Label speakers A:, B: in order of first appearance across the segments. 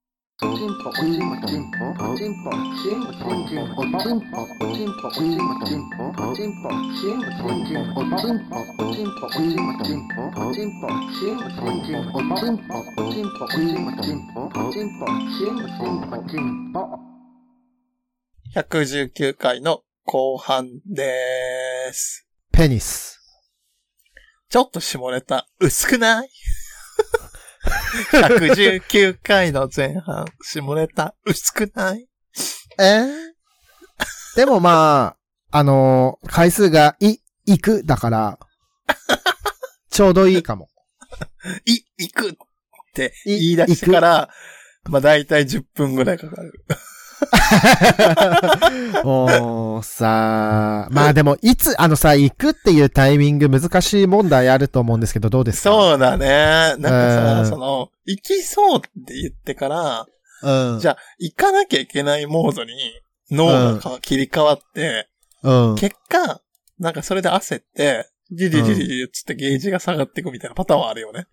A: チンポおチンポチンポおチンポチンポチンポおチンポおチンポおチンポチンポおチンポチンポチンポおチンポおチンポおチンポチンポおチンポチンポチンポおチンポおチンポチンポチンポおチンポチンポチンポチンポ
B: 119回の後半でーす。
C: ペニス。
B: ちょっと下ネタ薄く ない ?119 回の前半、下ネタ薄くない
C: えーでもまあ、あのー回数がい、いく だから、ちょうどいいかも。
B: い、行くって
C: い
B: 言い出してから、まあ大体10分ぐらいかかる。
C: おー、さあ、まあでも、いつ、あのさ、行くっていうタイミング難しい問題あると思うんですけど、どうですか
B: そうだね。なんか
C: うん
B: さ、その、行きそうって言ってから、
C: う。うん。
B: じゃあ行かなきゃいけないモードに脳がか切り替わって、
C: うん。
B: 結果、なんかそれで焦って、じりじりじりっつってゲージが下がっていくみたいなパターンはあるよね。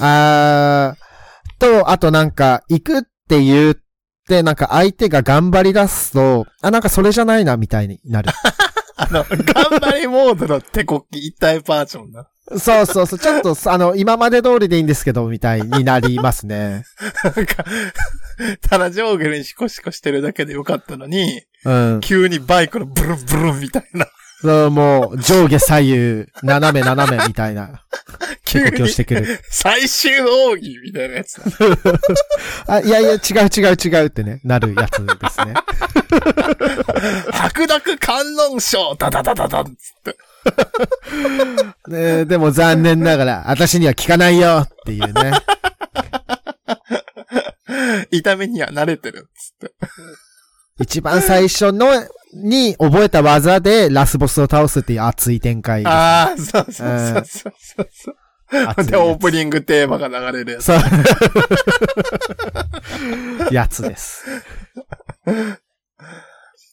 C: あー、と、あとなんか、行くって言って、なんか相手が頑張り出すと、あ、なんかそれじゃないな、みたいになる。
B: あの、頑張りモードの手こき一体バージョンな。
C: そうそうそう、ちょっと、あの、今まで通りでいいんですけど、みたいになりま すね。
B: なんか、ただ上下にシコシコしてるだけでよかったのに、
C: うん。
B: 急にバイクのブルンブルンみたいな、
C: そう、もう、上下左右、斜め斜めみたいな、
B: 急
C: 結構
B: に
C: してく る。
B: 最終奥義みたいなやつだ。
C: あ、いやいや、違う違う違うってね、なるやつですね。
B: 白濁観音賞ダダダダダンっつって。
C: ででも残念ながら、私には聞かないよっていうね。
B: 痛みには慣れてるっつって。
C: 一番最初の、に覚えた技でラスボスを倒すっていう熱い展開です。
B: ああ、そうそうそうそうそうそう。
C: 熱い
B: で、オープ
C: ン
B: ニングテーマが流れるやつ。
C: そう。 やつです。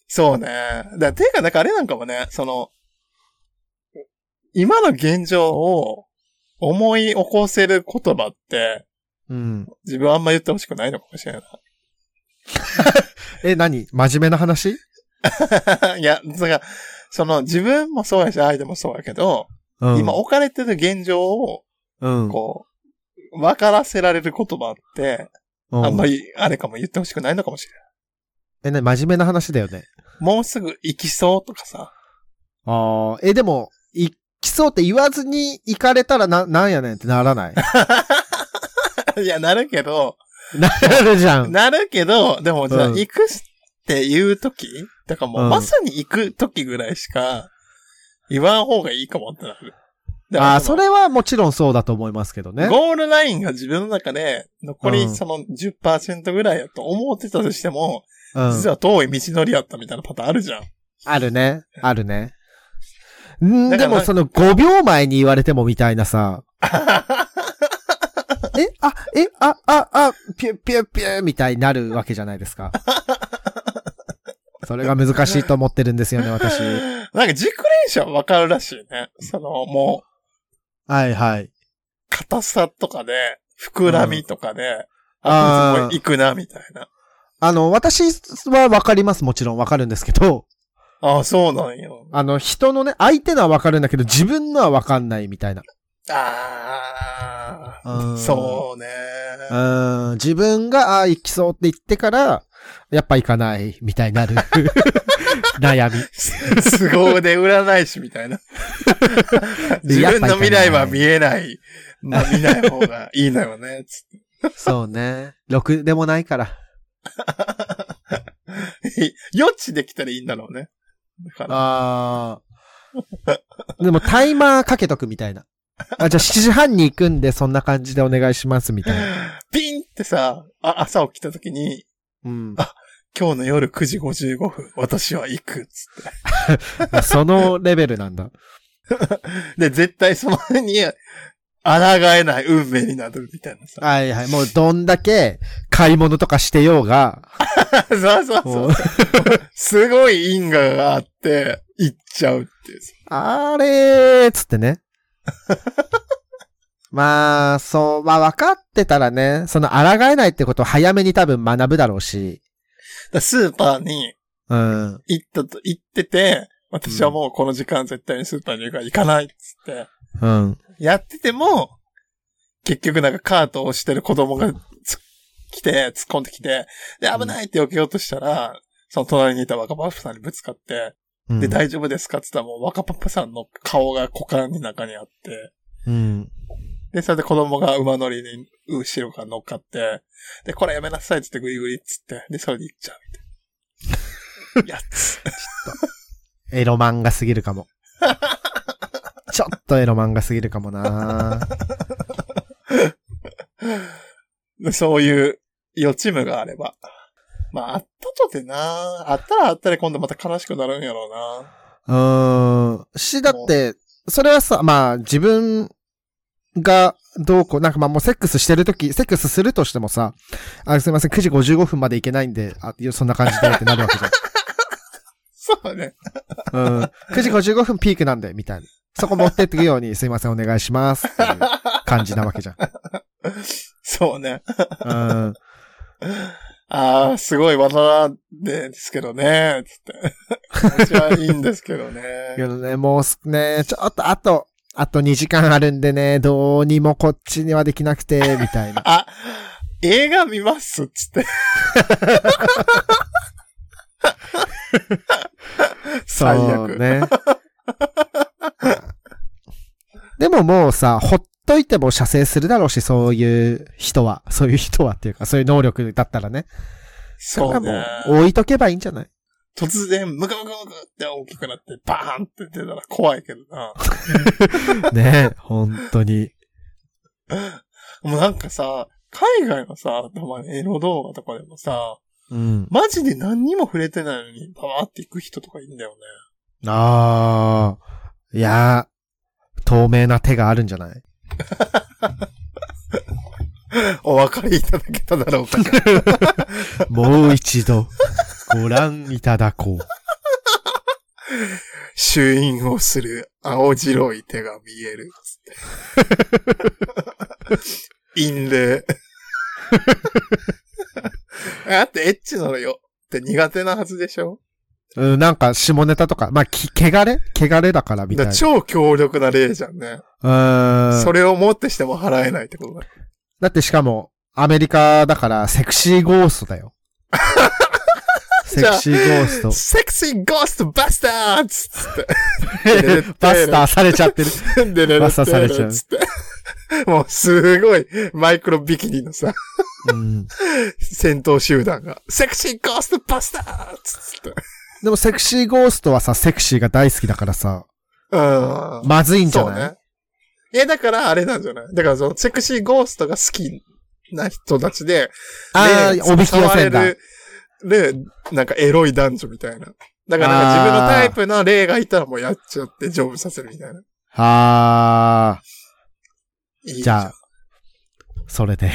B: そうね。だていうか、なんかあれなんかもね、その、今の現状を思い起こせる言葉って、
C: うん。
B: 自分あんま言ってほしくないのかもしれ
C: え、何真面目な
B: な
C: 話
B: い。 いや、だから、その自分もそうやし、相手もそうやけど、
C: うん。
B: 今置かれてる現状を、
C: うん。
B: こう、分からせられる言葉って、
C: うん
B: あんまり、あれかも言ってほしくないのかもしれない。
C: え、ね、真面目な話だよね。
B: もうすぐ行きそうとかさ。
C: ああ、え、でも、行きそうって言わずに行かれたらな、なんやねんってな らない。
B: いや、なるけど、
C: なるじゃん。
B: なるけど、でもじゃあ、
C: うん
B: 行くっていう時だからもう、
C: うん
B: まさに行く時ぐらいしか、言わん方がいいかもってなる。だから
C: ああ、それはもちろんそうだと思いますけどね。
B: ゴールラインが自分の中で、残
C: う
B: り
C: ん
B: その10%ぐらいやと思ってたとしても、
C: うん
B: 実。は遠い道のりやったみたいなパターンあるじゃん。
C: あるね。あるね。ん
B: だから
C: でもその5秒前に言われてもみたい なさ。え、あ、え、あ、あ、あ、ピュッピュッピュッみたいになるわけじゃな いですか。それが難しいと思ってるんですよね、私。は
B: なんか軸連射はわかるらしいね。その、もう、
C: いはい。
B: 硬さとかで、膨らみとかで、
C: あ
B: あ
C: ー
B: いつも行くな、みたいな。
C: あの、私はわかります。もちろんわかるんですけど、
B: ああ、そうなんよ。
C: あの、人のね、相手のはわかるんだけど、自分のはわかんないみたいな。
B: あ
C: う
B: あ、
C: ん
B: そうね。
C: うーん、自分が、ああー、行きそうって言ってから、やっぱ行かない、みたいに なる。悩み。
B: 凄腕占い師みたいな。自分の未来は見えない。まあ見ない方がいいのよね。 つっ
C: そうね。ろくでもないから。
B: て予知できたらいいんだろうね。だから
C: ああ。でも、タイマーかけとくみたいな。あ、じゃあ7時半に行くんで、そんな感じでお願いします、みたいな。
B: ピンってさ、あ朝起きた時に、
C: うん。
B: 今日の夜9時55分、私は行く。つって。
C: そのレベルなんだ。
B: で、絶対その辺に、抗えない運命になるみたいなさ。
C: はいはい。もう、どんだけ、買い物とかしてようが、
B: そうそうそ
C: も
B: う
C: う。
B: すごい因果があって、行っちゃうっていうさ。
C: あれーっつってね。 まあ、そう、まあ分かってたらね、その抗えないってことを早めに多分学ぶだろうし、
B: らスーパーに
C: うん。
B: 行ったと、行ってて、私はもうこの時間絶対にスーパーに行くから行かないっつって、
C: うん。
B: やってても、結局なんかカートを押してる子供がつ来て、突っ込んできて、で、危ないって避けようとしたら、その隣にいた若パパさんにぶつかって、
C: うん
B: で、大丈夫ですかって言ったらもう若パパさんの顔が股間の中にあって、
C: うん。
B: で、それで子供が馬乗りに後ろから乗っかって、で、これやめなさいって言ってグリグリっつって、で、それで行っちゃう みたいな。やつ。
C: エロ漫画すぎるかも。ちょっとエロ漫画すぎるかもな
B: で そういう予知夢があれば。まあ、あったとてなあったらあったら今度また悲しくなるんやろうな
C: うーん。し、だって、それはさ、まあ、自分がどうこう、なんかまあもうセックスしてるとき、セックスするとしてもさ、あ、すいません、9時55分までいけないんで、あ、そんな感じでってなるわけじゃん。
B: そうね。
C: うん。9時55分ピークなんで、みたいな。そこ持ってってくように、すいません、お願いします。っていう感じなわけじゃん。
B: そうね。
C: うん。
B: ああ、すごい技でですけどね。つって。気持ちはいいんですけど
C: け
B: ね。
C: どね、もうすね、ちょっと、あと、あと2時間あるんでね、どうにもこっちにはできなくて、みたいな。
B: あ、映画見ますつって。最
C: そう
B: 悪。
C: ね。でももうさ、ほっといても射精するだろうし、そういう人は。そういう人はっていうか、そういう能力だったらね。
B: そう
C: だ
B: ね
C: か。らもう、置いとけばいいんじゃない
B: 突然、ムカムカムカって大きくなって、バーンって出たら怖いけどな。
C: ねえ、本当に。
B: もうなんかさ、海外のさ、たまにエロ動画とかでもさ、
C: うん。
B: マジで何にも触れてないのに、バーって行く人とかいるんだよね。
C: ああ。いやー、透明な手があるんじゃない
B: お分かりいただけただろ うか。
C: もう一度、ご覧いただこう。
B: 衆院をする青白い手が見える。つって陰 霊。だってエッチなのよって苦手なはずでしょ
C: うん、なんか、下ネタとか、まあ、き、汚れ汚れだから、みた
B: だ
C: い
B: か
C: な。
B: ら超強力な霊じゃんね。
C: うーん。
B: それをもってしても払えないってことだ。
C: だってしかも、アメリカだから、セクシーゴーストだ よ。セクシーゴースト。
B: セクシーゴーストバスターズつって。
C: バスターされちゃってる。
B: でね、
C: バスターされちゃう
B: つって。もうすごいマイクロビキニのさ、
C: うん。
B: 戦闘集団が、セクシーゴーストバスターズつって。
C: でも、セクシーゴーストはさ、セクシーが大好きだからさ、
B: うん。
C: まずいんじゃ
B: そう
C: ない、
B: ね。いや、だからあれなんじゃないだからそのセクシーゴーストが好きな人たちで、
C: ああ、
B: ね
C: おびき寄せんだ
B: 触。れる、るなんかエロい男女みたいな。だからなんか自分のタイプの霊がいたらもうやっちゃって成仏させるみたいな。
C: あ
B: いい
C: ー、
B: じ
C: じ
B: ゃん
C: ゃあ、それで。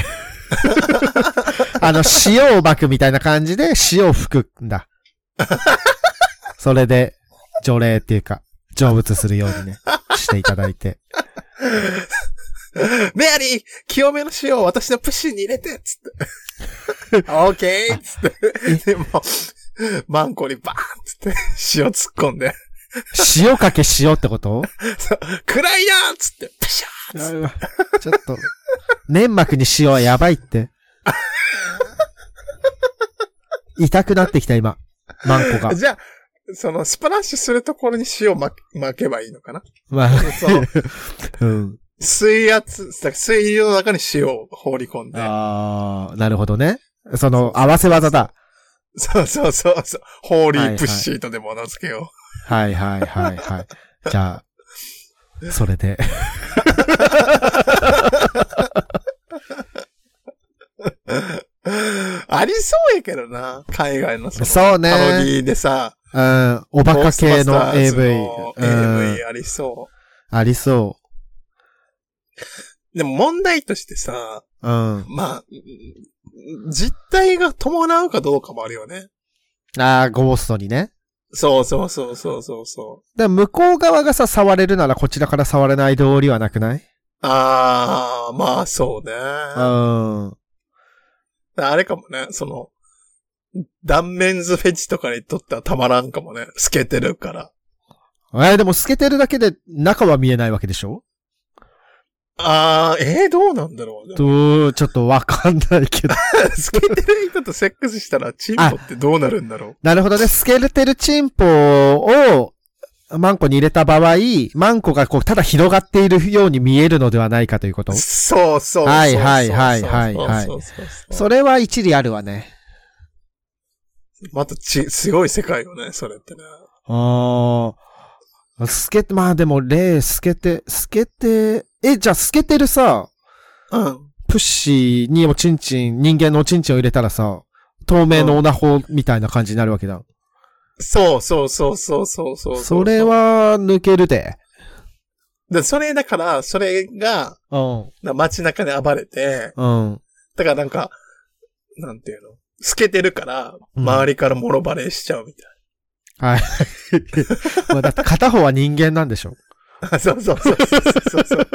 C: あの、塩をまくみたいな感じで、塩を吹くんだ。それで、除霊っていうか、成仏するようにね、していただいて。
B: メアリー、清めの塩を私のプッシュに入れてつって。オー ケーつって。でもう、マンコにバーンつって、塩突っ込んで、
C: 塩かけ塩ってこと
B: 暗いなーつって、プシャーつって。
C: ちょっと、粘膜に塩はやばいって。痛くなってきた、今。マンコ が。
B: じゃあ、その、スプラッシュするところに塩ま、巻けばいいのかな
C: まあ、
B: そ の、
C: うん。
B: 水圧、だから水流の中に塩を放り込んで、
C: ああ、なるほどね。その、合わせ技だ。
B: そうそうそうそう、ホーリープッシーとでも名付けよ
C: はいはいはいはい。じゃあ、それで。
B: う。ありそうやけどな、海外のその、
C: そうね
B: パロディでさ、
C: うん、おバカ
B: ゴース
C: 系の AV。
B: トバスターズの
C: うん、
B: AV ありそ。
C: ありそう
B: でも問題としてさ、
C: う。うん。
B: まあ、うん実態が伴うかどうかもあるよね。
C: ああ、ゴーストにね。
B: そうそうそうそうそうそ
C: でも向こう側がさ、触れるならこちらから触れない道理はなくない
B: ああ、まあそうね。
C: うん。
B: あれかもね、その、断面図フェチとかにとってはたまらんかもね。透けてるから。
C: えーでも透けてるだけで中は見えないわけでしょ
B: ああ、ええどうなんだろう。
C: どう、ちょっとわかんない けど。
B: 透けてる人とセックスしたらチンポってどうなるんだろう。
C: なるほどね。透けてるチンポを、マンコに入れた場合、マンコがこう、ただ広がっているように見えるのではないかということ。
B: そうそうそうそう。
C: はいはいはいはいはい
B: そうそうそうそ
C: それは一理あるわね。
B: う。またち、すごい世界よね、それってね。
C: ああ。透けて、まあでも、例、透けて、透けて、え、じゃあ透けてるさ、
B: うん。
C: プッシーにおちんちん、人間のおちんちんを入れたらさ、透明のオナホみたいな感じになるわけだ。
B: そうそうそうそうそうそうう。
C: それ。は、抜けるで。
B: で、それだから、それが、
C: うん。
B: な街中で暴れて、
C: うん。
B: だからなんか、なんていうの透けてるから、
C: うん
B: 周りからもろバレしちゃうみたい
C: はい。まあだって片方は人間なん でしょ。
B: な。そうそうそうそうそうそう。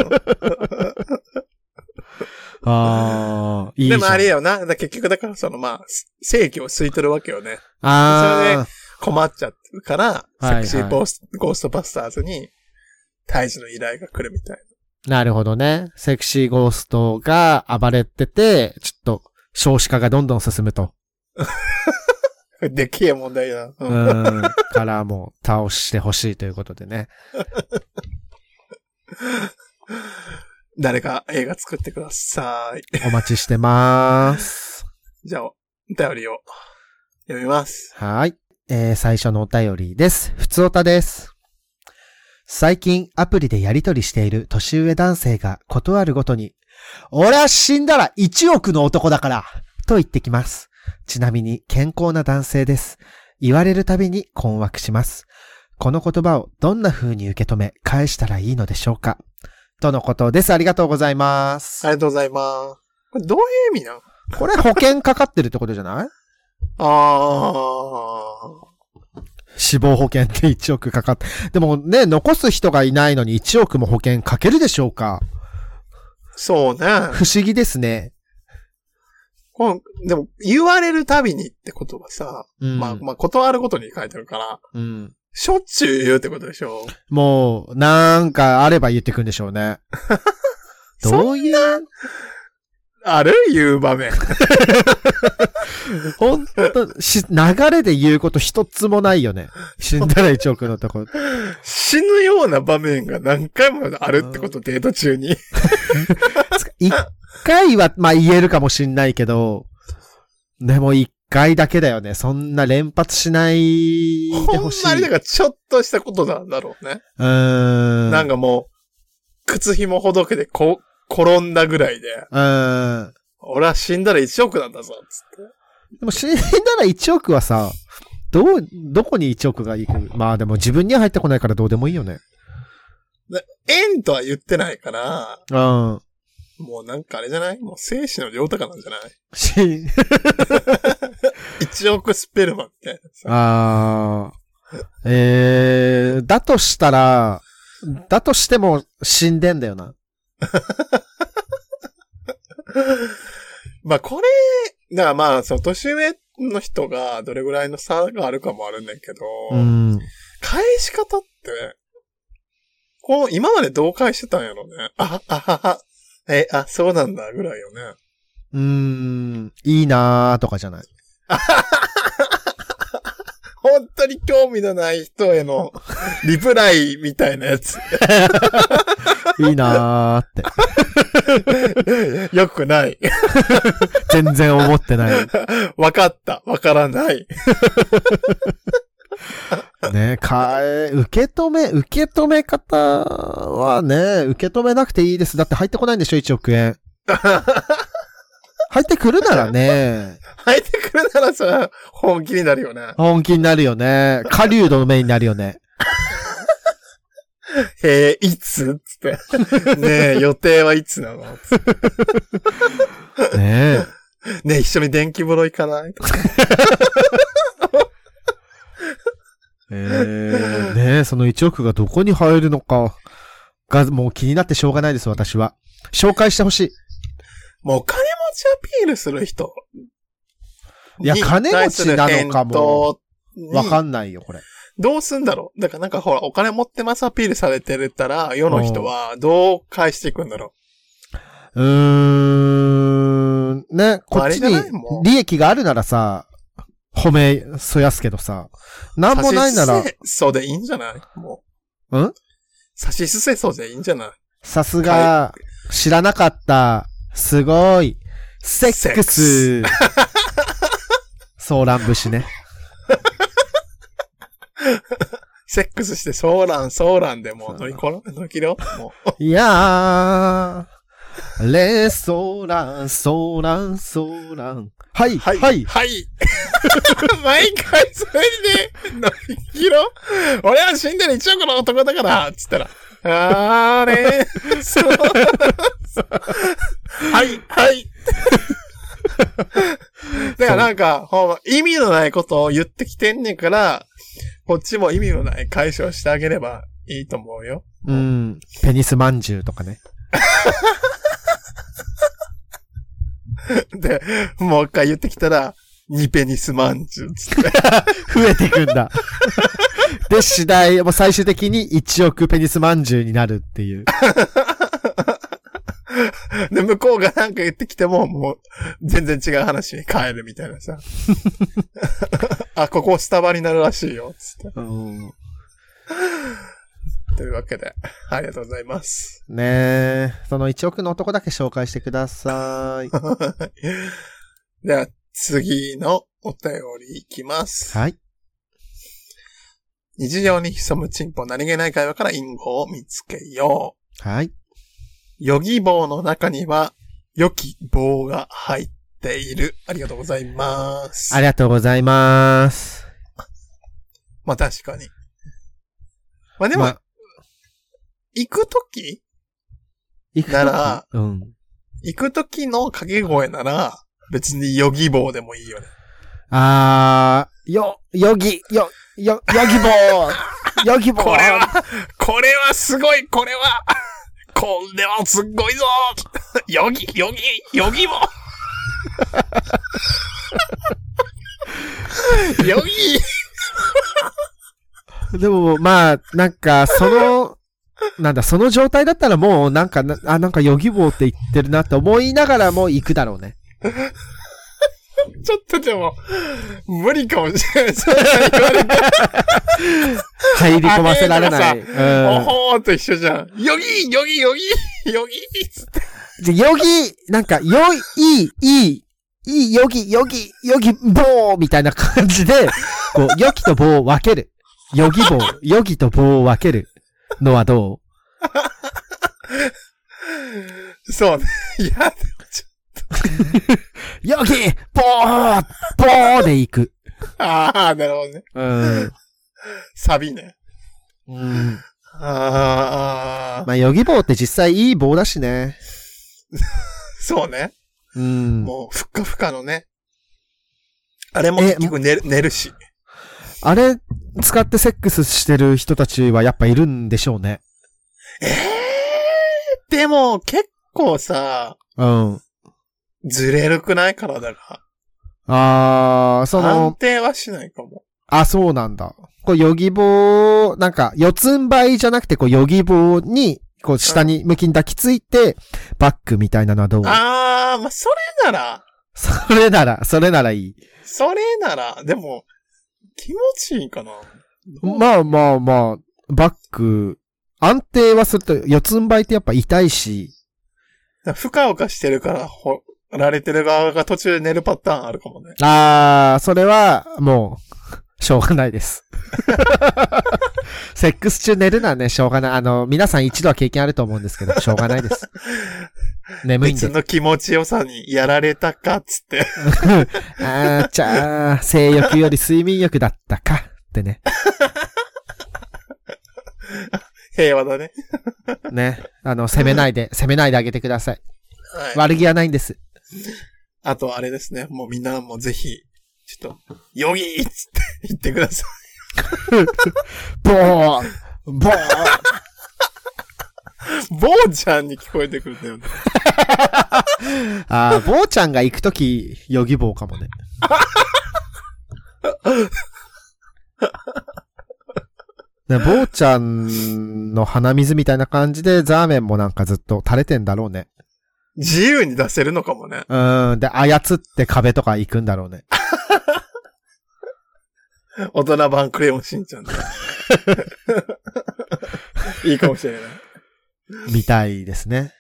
C: ああ、いいじ
B: で
C: ゃん。
B: もあれよな。だから結局だからそのまあ、正気を吸い取るわけよね。
C: あ
B: 困っちゃうから、
C: はい
B: セ
C: はい
B: クシーボス、ゴーストバスターズに、退治の依頼が来るみたい
C: あ、なるほどね。セクシーゴーストが暴れてて、ちょっと少子化がどんどん進むと。
B: な。でっけえ問題だな。
C: う
B: うん
C: ん。からもう倒してほしいということでね。
B: 誰か映画作ってください。
C: お待ちしてまーす。
B: じゃあ、お便りを読みます。
C: はい。えー、最初のお便りです。ふつおたです。最近アプリでやりとりしている年上男性がことあるごとに、俺は死んだら1億の男だからと言ってきます。ちなみに健康な男性です。言われるたびに困惑します。この言葉をどんな風に受け止め返したらいいのでしょうかとのことです。ありがとうございます
B: あ。りがとうございます。これどういう意味なの
C: これ保険かかってるってことじゃない
B: あ
C: 死亡保険って1億かかって。でもね、残す人がいないのに1億も保険かけるでしょうか
B: ー、そうね。
C: 不思議ですね。
B: このでも、言われるたびにってことはさ、
C: うん。
B: まあ、まあ、断ることに書いてあるから、
C: うん。
B: しょっちゅう言うってことでしょ。
C: もう、なんかあれば言ってくんでしょ うね。どういう、
B: ある言う場面。
C: 本当し、流れで言うこと一つもないよね。死んだら1億のとこ。
B: 死ぬような場面が何回もあるってこと、デート中に。
C: 一回は、まあ言えるかもしんないけど、でも一回だけだよね。そんな連発しないで
B: ほ
C: ほ
B: ん
C: しい。
B: まにだからちょっとしたことなんだろうね。
C: うーん。
B: なんかもう、靴紐ほどけてこ転んだぐらいで、
C: うーん。
B: 俺は死んだら1億なんだぞ、つって。
C: でも死んだら1億はさ、どう、どこに1億が行くまあでも自分には入ってこないからどうでもいいよね。
B: 円とは言ってないから、
C: うん。
B: もうなんかあれじゃないもう生死の両高なんじゃない
C: し、
B: ?1 億スペルマンみたいなさ。
C: あーえー、だとしたら、だとしても死んでんだよな。
B: まあこれ、だからまあ、その年上の人がどれぐらいの差があるかもあるんだけど、
C: うん。
B: 返し方って、こう、今までどう返してたんやろね。あ、あはは。え、あ、そうなんだ、ぐらいよね。
C: うーん、いいなーとかじゃない。
B: 本当に興味のない人へ のリプライみたいなやつ。
C: いいなーって。
B: よくない。
C: 全然思ってない。
B: わかった。わからない。
C: ね、かえ、受け止め、受け止め方はね、受け止めなくていいです。だって入ってこないんでしょ、1億円。入ってくるならね、
B: 入ってくるならさ、本気になるよね。
C: 本気になるよね。狩人の目になるよね。
B: えーいつつって。ねえ、予定はいつなのつっ
C: ねえ。
B: てねえ、一緒に電気風呂行かない
C: えーねえ、その1億がどこに入るのか、がもう気になってしょうがないです、私は。紹介してほしい。
B: もうお金持ちアピールする人。
C: いや
B: に
C: 金持ちなのかも。わか
B: ん
C: んないよ、これ。
B: どうすんだろうだからなんかほら、お金持ってますアピールされてるたら、世の人はどう返していくんだろ
C: うーん。ね、こっち
B: あれじ
C: に
B: ゃないもう
C: 利益があるならさ、褒め添やすけどさ、
B: う。
C: なんもないなら
B: 差し、すせそうでいいんじゃないもう。
C: ん
B: 差しすせそうでいいんじゃない
C: さすが、知らなかった、すごい、セック
B: セ
C: ス。ソーラン節ね。
B: セックスして、ソーラン、ソーランでもう乗りころ、乗り切ろう。もう。
C: いやー、レソーラン、ソーラン、ソーラン。はい、
B: は。
C: はいい、
B: はい。 毎回それで、乗り切ろう。俺は死んでる一億の男だから、つったら。あーれー。そうはい、はい。だからなんか、ほんま意味のないことを言ってきてんねんから、こっちも意味のない解消してあげればいいと思うよ。
C: うん、ペニスまんじゅうとかね。
B: で、もう一回言ってきたら、ニペニスマンジュつって。
C: 増えていく んだ。で、次第、もう最終的に1億ペニスまんじゅうになるっていう。
B: で、向こうがなんか言ってきても、もう、全然違う話に変えるみたいな さ。あ、ここスタバになるらしいよ、つっ
C: うん
B: て。というわけで、ありがとうございます。
C: ねえ、その1億の男だけ紹介してくだ さい。
B: では、次のお便りいきます。
C: はい。
B: 日常に潜むチンポ何気ない会話から因果を見つけよう。
C: はい。
B: ヨギ棒の中には、良き棒が入っている。ありがとうございます。
C: ありがとうございます。
B: まあ確かに。まあで
C: で
B: も、
C: ま、
B: 行くとき
C: いく
B: なら、
C: うん。
B: 行くときの掛け声なら、別にヨギ棒でもいいよね。
C: あー、よ、よぎ、よ、よ、よぎぼ うよぎぼう
B: これは、これはすごい、これは、これはすっごいぞヨギ、ヨギ、ヨギ棒ヨギ
C: でも、まあ、なんか、その、なんだ、その状態だったらもう、なんかな、あ、なんか、ヨギ棒って言ってるなって思いながらも行くだろうね。
B: ちょっとでも、無理かもしれない。そんな言われて
C: 入り込ませられな
B: あ
C: い。
B: ね
C: うん。
B: おほーと一緒じゃん。ヨギ、ヨギ、ヨギ、ヨギつって
C: じゃ、ヨギ、なんか、よい、いい、いい、いい、ヨギ、ヨギ、ヨギ、棒みたいな感じで、 こう、ヨギと棒を分ける。ヨギ棒、ヨギと棒を分けるのはど
B: そうね。いや、
C: うヨギ、棒、棒で行く。
B: ああ、なるほどね。
C: うん。
B: サビね。
C: うん。
B: ああ、
C: まあ、ヨギ棒って実際いい棒だしね。
B: そうね。
C: うん。
B: もう、ふっかふかのね。あれも結局寝る、寝るし。
C: あれ、使ってセックスしてる人たちはやっぱいるんでしょうね。
B: ええー、でも、結構さ、
C: うん。
B: ずれるくない体が。
C: あー、そ
B: 安
C: の、
B: 定はしないかも。
C: あ、そうなんだ。こう、ヨギ棒、なんか、四つん這いじゃなくて、こう、ヨギ棒に、こう、下に向きに抱きついて、バックみたいなのはどう
B: ああ、まあ、それなら、
C: それなら、それならいい。
B: それなら、でも、気持ちいいかな。
C: まあまあまあ、バック、安定はすると、四つん這いってやっぱ痛いし、
B: ふかふかしてるから、ほられてる側が途中で寝るパターンあるかもね。
C: あー、それは、もう、しょうがないです。セックス中寝るのはね、しょうがない。あの、皆さん一度は経験あると思うんですけど、しょうがないです。眠いん
B: 別
C: で。
B: の気持ちよさにやられたかっつって。
C: あーちゃー、性欲より睡眠欲だったか、ってね。
B: 平和だね。
C: ね。あの、責めないで、責めないであげてください。
B: はい。
C: 悪気はないんです。
B: あと、あれですね。もうみんなもぜひ、ちょっと、ヨギーっつって 言ってくださ
C: ボーンボーン
B: 坊ちゃんに聞こえてくるんだよね。
C: ああ、坊ちゃんが行くとき、ヨギ坊かもね。ね、坊ちゃんの鼻水みたいな感じで、ザーメンもなんかずっと垂れてんだろうね。
B: 自由に出せるのかもね。
C: うーん、で、操って壁とか行くんだろうね。
B: 大人版クレヨンしんちゃんだ。 いいかもしれない。
C: みたいですね。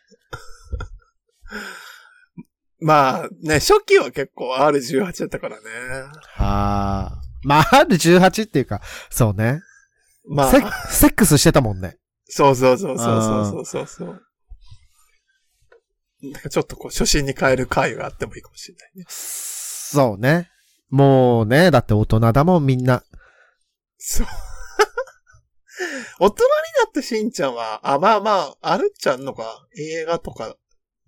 B: まあね、初期は結構 R18 だったからね。
C: はあ。まあ、R18 っていうか、そうね。
B: まあ、
C: セセックスしてたもんね。
B: そうそうそうそうそうそうそう。なんかちょっとこう、初心に変える回があってもいいかもしれないね。
C: そうね。もうね、だって大人だもん、みんな。
B: そう。大人になってしんちゃんは、あ、まあまあ、あるっちゃんのか、映画とか、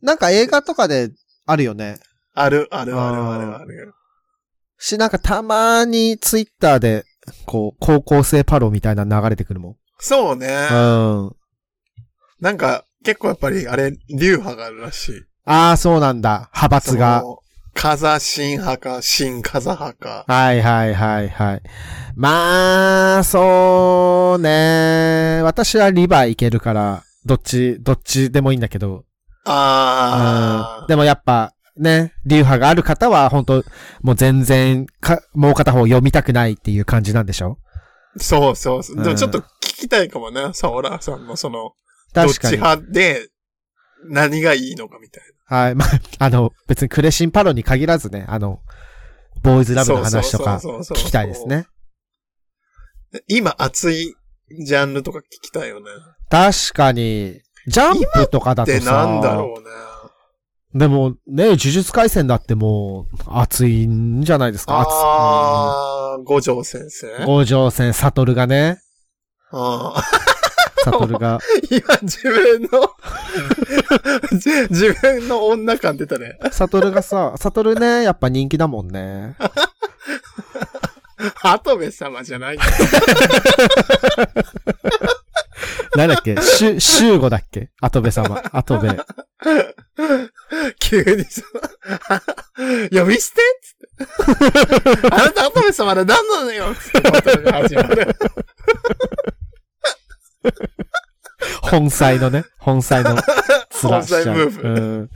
C: なんか映画とかであるよね。
B: ある、ある、ある、ある、ある。
C: し、なんかたまにツイッターで、こう、高校生パロみたいなの流れてくるもん。
B: そうね。
C: うん。
B: なんか、結構やっぱり、あれ、流派があるらしい。
C: ああ、そうなんだ。派閥が
B: そ。の。風新派か、新風派か。
C: はいはいはいはい。まあ、そうね。私はリバーいけるから、どっち、どっちでもいいんだけど。うん
B: あー。
C: でもやっぱ、ね、流派がある方は、本当もう全然、か、もう片方読みたくないっていう感じなんでしょ
B: そうそうそう。で
C: う
B: も
C: ん
B: ちょっと聞きたいかもね、サオラーさんのその、どっ
C: 確か
B: ち
C: に。
B: 派で、何がいいのかみたい
C: はい。まあ、あの、別にクレシンパロに限らずね、あの、ボーイズラブの話とか、
B: そうそうそうそ
C: 聞
B: うそう
C: きたいですね。
B: な。今熱いジャンルとか聞きたいよね。
C: 確かに、ジャンプとかだと
B: で、
C: さ、
B: なんだろうね。
C: でもね、呪術回戦だってもう、熱いんじゃないですか。熱
B: あー、五条先生。
C: うん五条戦、サトルがね、
B: あー
C: サト ルが、
B: 今自分の自、自分の女感出たね。
C: サトルがさ、サトルね、やっぱ人気だもんね。
B: 鳩部様じゃないんだ
C: なんだっけ、シュ、シューゴだっけアトベ様。アトベ。
B: 急にその、呼び捨てっつって。あなた、アトム様で何なの よっつってことが始まる。
C: 本妻のね、本妻のつらしちゃ
B: 本
C: う。
B: 妻ムーブ
C: うん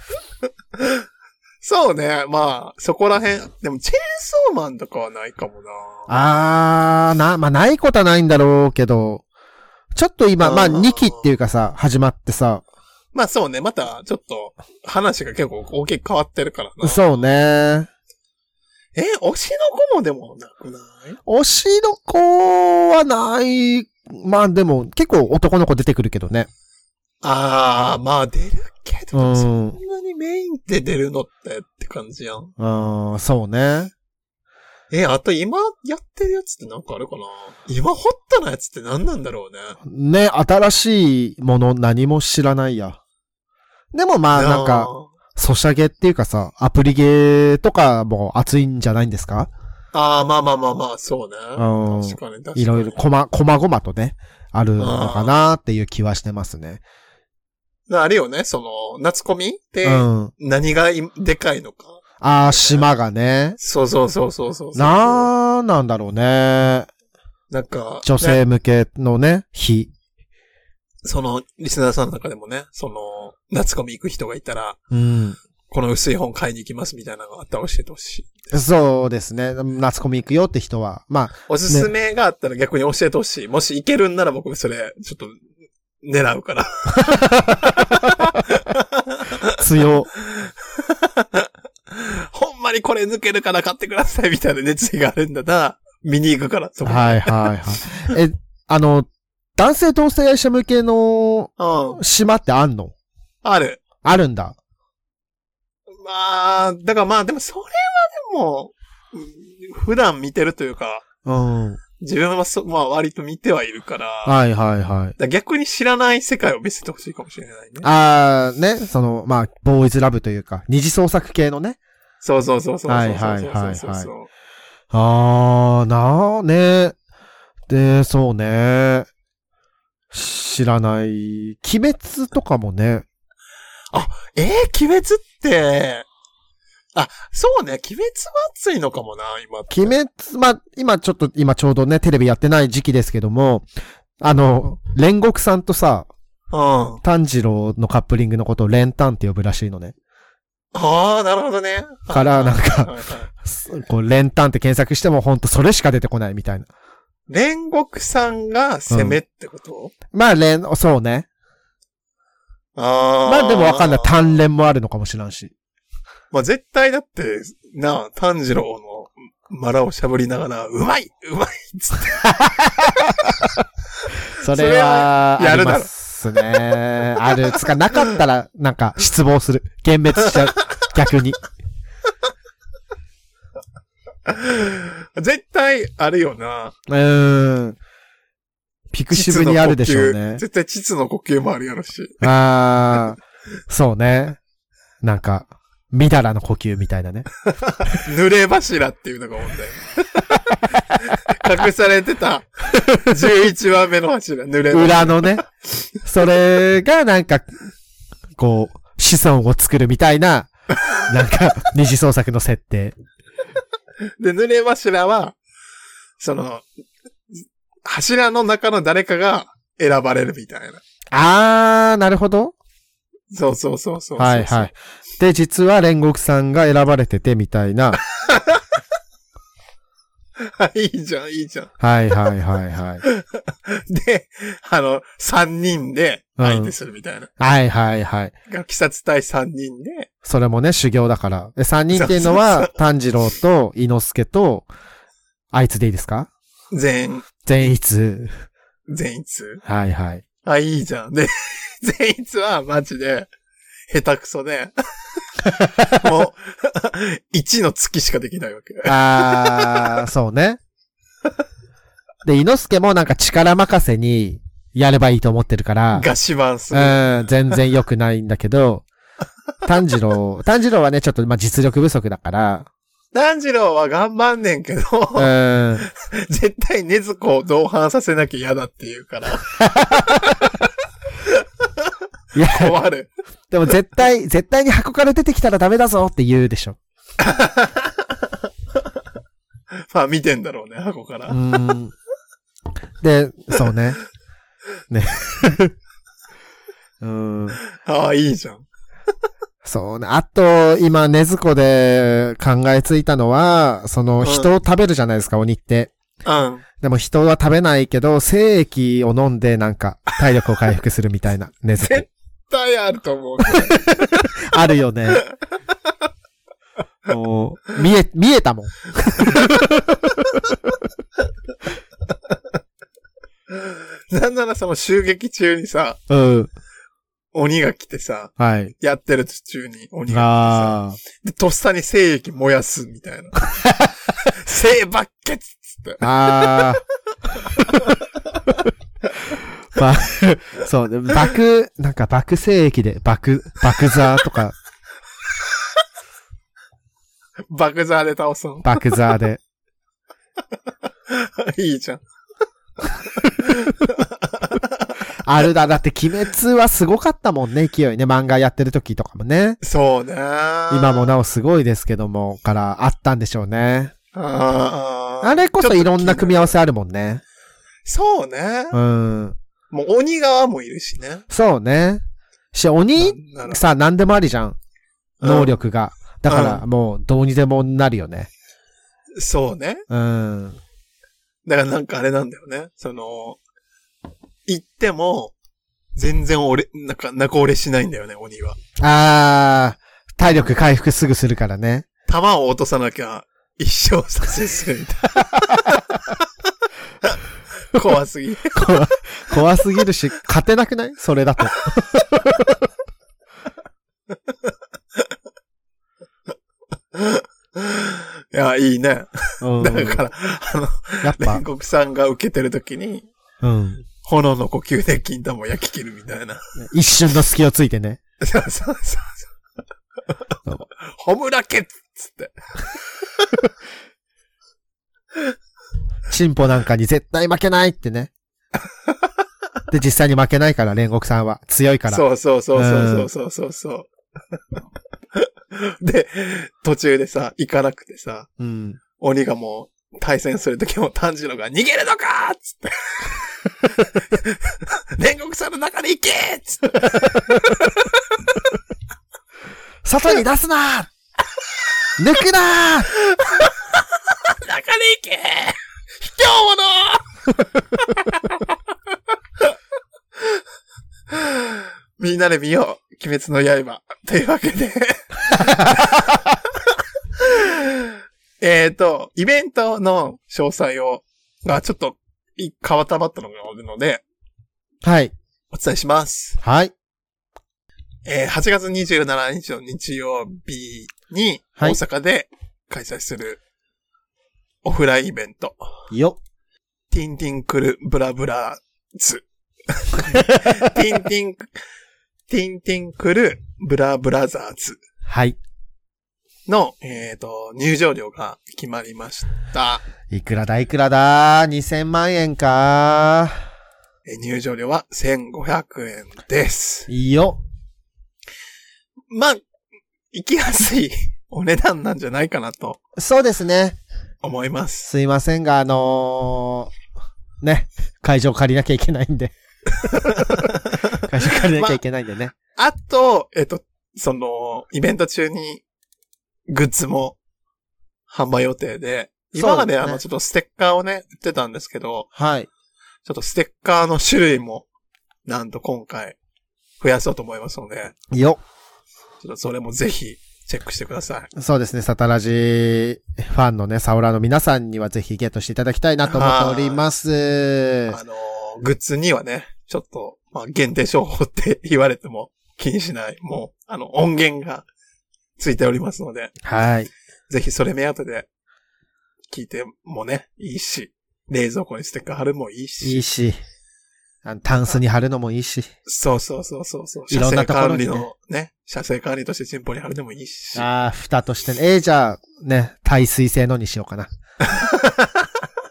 B: そうね。まあ、そこら辺。でも、チェーンソーマンとかはないかもな。
C: あー、な、まあ、ないことはないんだろうけど、ちょっと今、まあ、
B: あー
C: 2期っていうかさ、始まってさ、
B: まあそうね。また、ちょっと、話が結構大きく変わってるからな。
C: そうね。
B: え、推しの子もでもなくない
C: 推しの子はない、まあでも、結構男の子出てくるけどね。
B: あー、まあ出るけ
C: う
B: ど、そ
C: ん。
B: んなにメインで出るのってって感じやん。
C: うん、そうね。
B: え、あと今やってるやつってなんかあるかな今ホットなやつって何なんだろうね。
C: ね、新しいもの何も知らないや。でもまあ、なん
B: いや
C: か、
B: ー
C: ソシャゲっていうかさ、アプリゲーとかも熱いんじゃないんですか
B: ああ、まあまあまあまあ、そうね。
C: うん
B: 確かに確かに。
C: いろいろ、こま、こまごまとね、あるのかなっていう気はしてますね。
B: なあれよね、その、夏コミって
C: う、ん。
B: 何がいでかいのか。
C: あー、島がね。
B: そうそうそうそうそうそう。
C: なーなんだろうね。
B: なんか、
C: 女
B: ね
C: 性向けのね、日。
B: その、リスナーさんの中でもね、その、夏コミ行く人がいたら、
C: うん。
B: この薄い本買いに行きますみたいなのがあったら教えてほしい。
C: そうですね。夏コミ行くよって人は。まあ、
B: おすすめがあったら逆に教えてほしい。もし行けるんなら僕それ、ちょっと、狙うから。
C: 強。
B: ほんまにこれ抜けるから買ってくださいみたいな熱意があるんだな。見に行くから、そこ。
C: はいはいはい。え、あの、男性同性愛者向けの
B: うん。
C: 島ってあんの
B: ある。
C: あるんだ。
B: まあ、だからまあでもそれはでも、うん普段見てるというか、
C: うん。
B: 自分はそ、まあ割と見てはいるから、だか
C: はいはいはい。
B: ら逆に知らない世界を見せてほしいかもしれないね。
C: あー、ね、その、まあ、ボーイズラブというか、二次創作系のね。
B: そうそうそうそうそう。
C: はいはいはい
B: そうそうそうそう
C: あー、なーね。で、そうね。知らない。鬼滅とかもね。
B: えー、鬼滅って、あ、そうね、鬼滅は熱いのかもな、今って。
C: 鬼滅、まあ、今ちょっと、今ちょうどね、テレビやってない時期ですけども、あの、煉獄さんとさ、
B: うん。
C: 炭治郎のカップリングのことを練炭って呼ぶらしいのね。
B: ああ、なるほどね。
C: からなんか
B: はいはい
C: すこう、練炭って検索してもほんとそれしか出てこないみたいな。
B: 煉獄さんが攻めってこと、
C: まあ、練、そうね。
B: ああ。
C: まあでもわかんない。単練もあるのかもしらんし。
B: まあ絶対だって、なあ、炭治郎のマラをしゃぶりながら、うまいうまいっつって。
C: そ
B: そ
C: れは、
B: れは
C: あ
B: や
C: り
B: るだろ
C: ますね。 ある。つか、なかったら、なんか、失望する。幻滅しちゃう。 逆に。
B: 絶対、あれよな。
C: うーん。ピクシブにあるでしょう
B: 秩の
C: ね
B: 呼吸。絶対、膣の呼吸もあるやろし。
C: あー。そうね。なんか、みだらの呼吸みたいなね。
B: 濡れ柱っていうのが問題。隠されてた、11番目の柱、濡れ柱。
C: 裏のね。それが、なんか、こう、子孫を作るみたいな、なんか、二次創作の設定。
B: で、濡れ柱は、その、柱の中の誰かが選ばれるみたいな。
C: あー、なるほど。
B: そうそう そうそうそう。
C: はいはい。で、実は煉獄さんが選ばれててみたい な。
B: はい。いいじゃん、いいじゃん。
C: はいはいはいはい。
B: で、あの、三人で
C: うん
B: 相手するみたいな。
C: はいはいはい。
B: が、鬼殺隊三人で、
C: それもね、修行だから。で、三人っていうの
B: そう
C: は、炭治郎と、伊之助と、あいつでいいですか
B: 全員、
C: 善逸。
B: 全員通。
C: はいはい。
B: あ、いいじゃん。で、 全員通はマジで、下手くそ で、もう、 一の月しかできないわけ。
C: あー、そうね。で、伊之助もなんか力任せに、やればいいと思ってるから。
B: ガシバンする。
C: うん、全然良くないんだけど、炭治郎、炭治郎はね、ちょっと、まあ、実力不足だ から、
B: 炭治郎は頑張んねんけど、
C: うん、
B: 絶対禰豆子を同伴させなきゃ嫌だって言うから、
C: いや、
B: 困る。
C: でも絶 対、絶対に箱から出てきたらダメだぞって言うでしょ。
B: まあ見てんだろうね、箱から。
C: うん。で、そうね。ね。うん。
B: ああ、いいじゃん。
C: そうね。あと、今、根豆子で考えついたのは、その、
B: ん
C: 人を食べるじゃないですか、鬼って。
B: うん。
C: でも人は食べないけど、精液を飲んで、なんか、体力を回復するみたいな、根豆子。
B: 絶対あると思う。
C: あるよね。もう、見え、見えたもん。
B: なんならその襲撃中にさ、
C: うん。
B: 鬼が来てさ、
C: はい。
B: やってる途中に鬼が
C: ああ。
B: 来てさ、で、とっさに精液燃やすみた いな。精爆血っつって。
C: あ あ。ば、そうね、爆、なんか爆精液で、爆、爆ザーとか、
B: 爆ザーで倒す の。
C: 爆ザーで。
B: いいじゃん。
C: あるだ、だって鬼滅はすごかったもんね、勢いね。漫画やってる時とかもね。
B: そうね。
C: 今も。なおすごいですけども、からあったんでしょうね。
B: あー
C: あれこそいろんな組み合わせあるもんね。
B: そうね。
C: うん。
B: もう鬼側もいるしね。
C: そうね。し、鬼、
B: なんなら
C: さ、何でもありじゃん。能。力が。だから、
B: う
C: もう、どうにでもなるよね。
B: うんそうね。
C: うん。
B: だからなんかあれなんだよね。その、行っても、全然俺、なんか、仲折れしないんだよね、鬼は。
C: あー、体力回復すぐするからね。
B: 弾を落とさなきゃ、一生させするみたい な。怖すぎ。
C: 怖怖すぎる し、勝てなくないそれだと。
B: いや、いいね。
C: うん、
B: だから、あの、
C: やっぱ
B: 煉、獄さんが受けてる時に、
C: うん。
B: 炎の呼吸で金玉を焼き切るみたいな。
C: 一瞬の隙をついてね。
B: そうそうそうそう。ホムラケッつって。
C: チンポなんかに絶対負けないってね。で、実際に負けないから、煉獄さんは。強いから。
B: そうそうそうそうそうそうそうそう。で、途中でさ、行かなくてさ、
C: うん。
B: 鬼がもう、対戦するときも炭治郎が逃げるのかーっつって。煉獄さんの中に行けーっつって。
C: 外に出すなー 抜くなー
B: 中に行けー卑怯者みんなで見よう。鬼滅の刃。というわけで。えっと、イベントの詳細を、がちょっと、い変わったばったのがあるので、
C: はい。
B: お伝えします。
C: はい。
B: えー8月27日の日曜日に、
C: は
B: 大
C: い
B: 阪で開催する、オフラインイベント、
C: よ。
B: ティンティンクルブラブラズ。ティンティン、ティンティンクルブラブラザーズ
C: はい。
B: の、えっ、と、入場料が決まりました。
C: いくらだいくらだ ?2000 万円か
B: えー入場料は1500円です。
C: ー。よ。
B: まあ、行きやすいお値段なんじゃないかなと
C: そうですね。
B: 思います。
C: すいませんが、あのー、ね、会場借りなきゃいけないん で。会場借りなきゃいけないんでね。
B: あと、えっと、その、イベント中に、グッズも、販売予定で、今まで
C: そうです
B: あ
C: ね
B: の、ちょっとステッカーをね、売ってたんですけど、
C: はい。
B: ちょっとステッカーの種類も、なんと今回、増やそうと思いますので、
C: よ。
B: ちょっとそれもぜひ、チェックしてください。
C: そうですね、サタラジファンのね、サオラの皆さんにはぜひゲットしていただきたいなと思っております。
B: あのー、グッズにはね、ちょっと、まあ、限定商法って言われても気にしない、もう、あの、音源がついておりますので、
C: はい。
B: ぜひそれ目当てで聞いてもね、いいし、冷蔵庫にステッカー貼るもいいし、
C: いいし、あのタンスに貼るのもいいし。
B: そうそうそうそうそう、
C: い
B: 写
C: ろん
B: 生
C: なとこ
B: 管
C: ろにね
B: 理のね、写生管理としてチンポに貼るでもいいし、
C: ああ、蓋としてね。えー、じゃあ、ね、耐水性のにしよ うかな。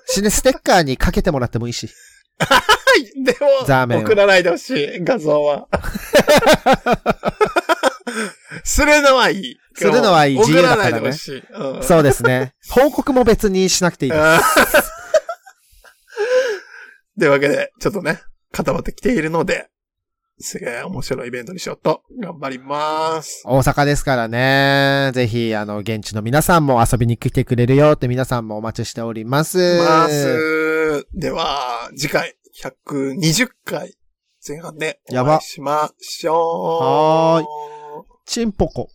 C: しね、ステッカーにかけてもらってもいいし。
B: はい、 で
C: ザーメン
B: も、
C: を
B: 送らないでほしい、画像は。 するのはいい。
C: するのはいい
B: 送ら
C: 自由だか
B: ない
C: ら
B: で
C: ね
B: ほしい。うん
C: そうですね。 報告も別にしなくていいです。
B: というわけ で、ちょっとね、固まってきているので、すげえ面白いイベントにしようと、頑張ります。
C: 大阪ですからね。ぜひ、あの、現地の皆さんも遊びに来てくれるよって皆さんもお待ちしております。
B: ます。では、次回、120回前半でお
C: や
B: 会
C: ば
B: いしましょう。
C: はーい。チンポコ。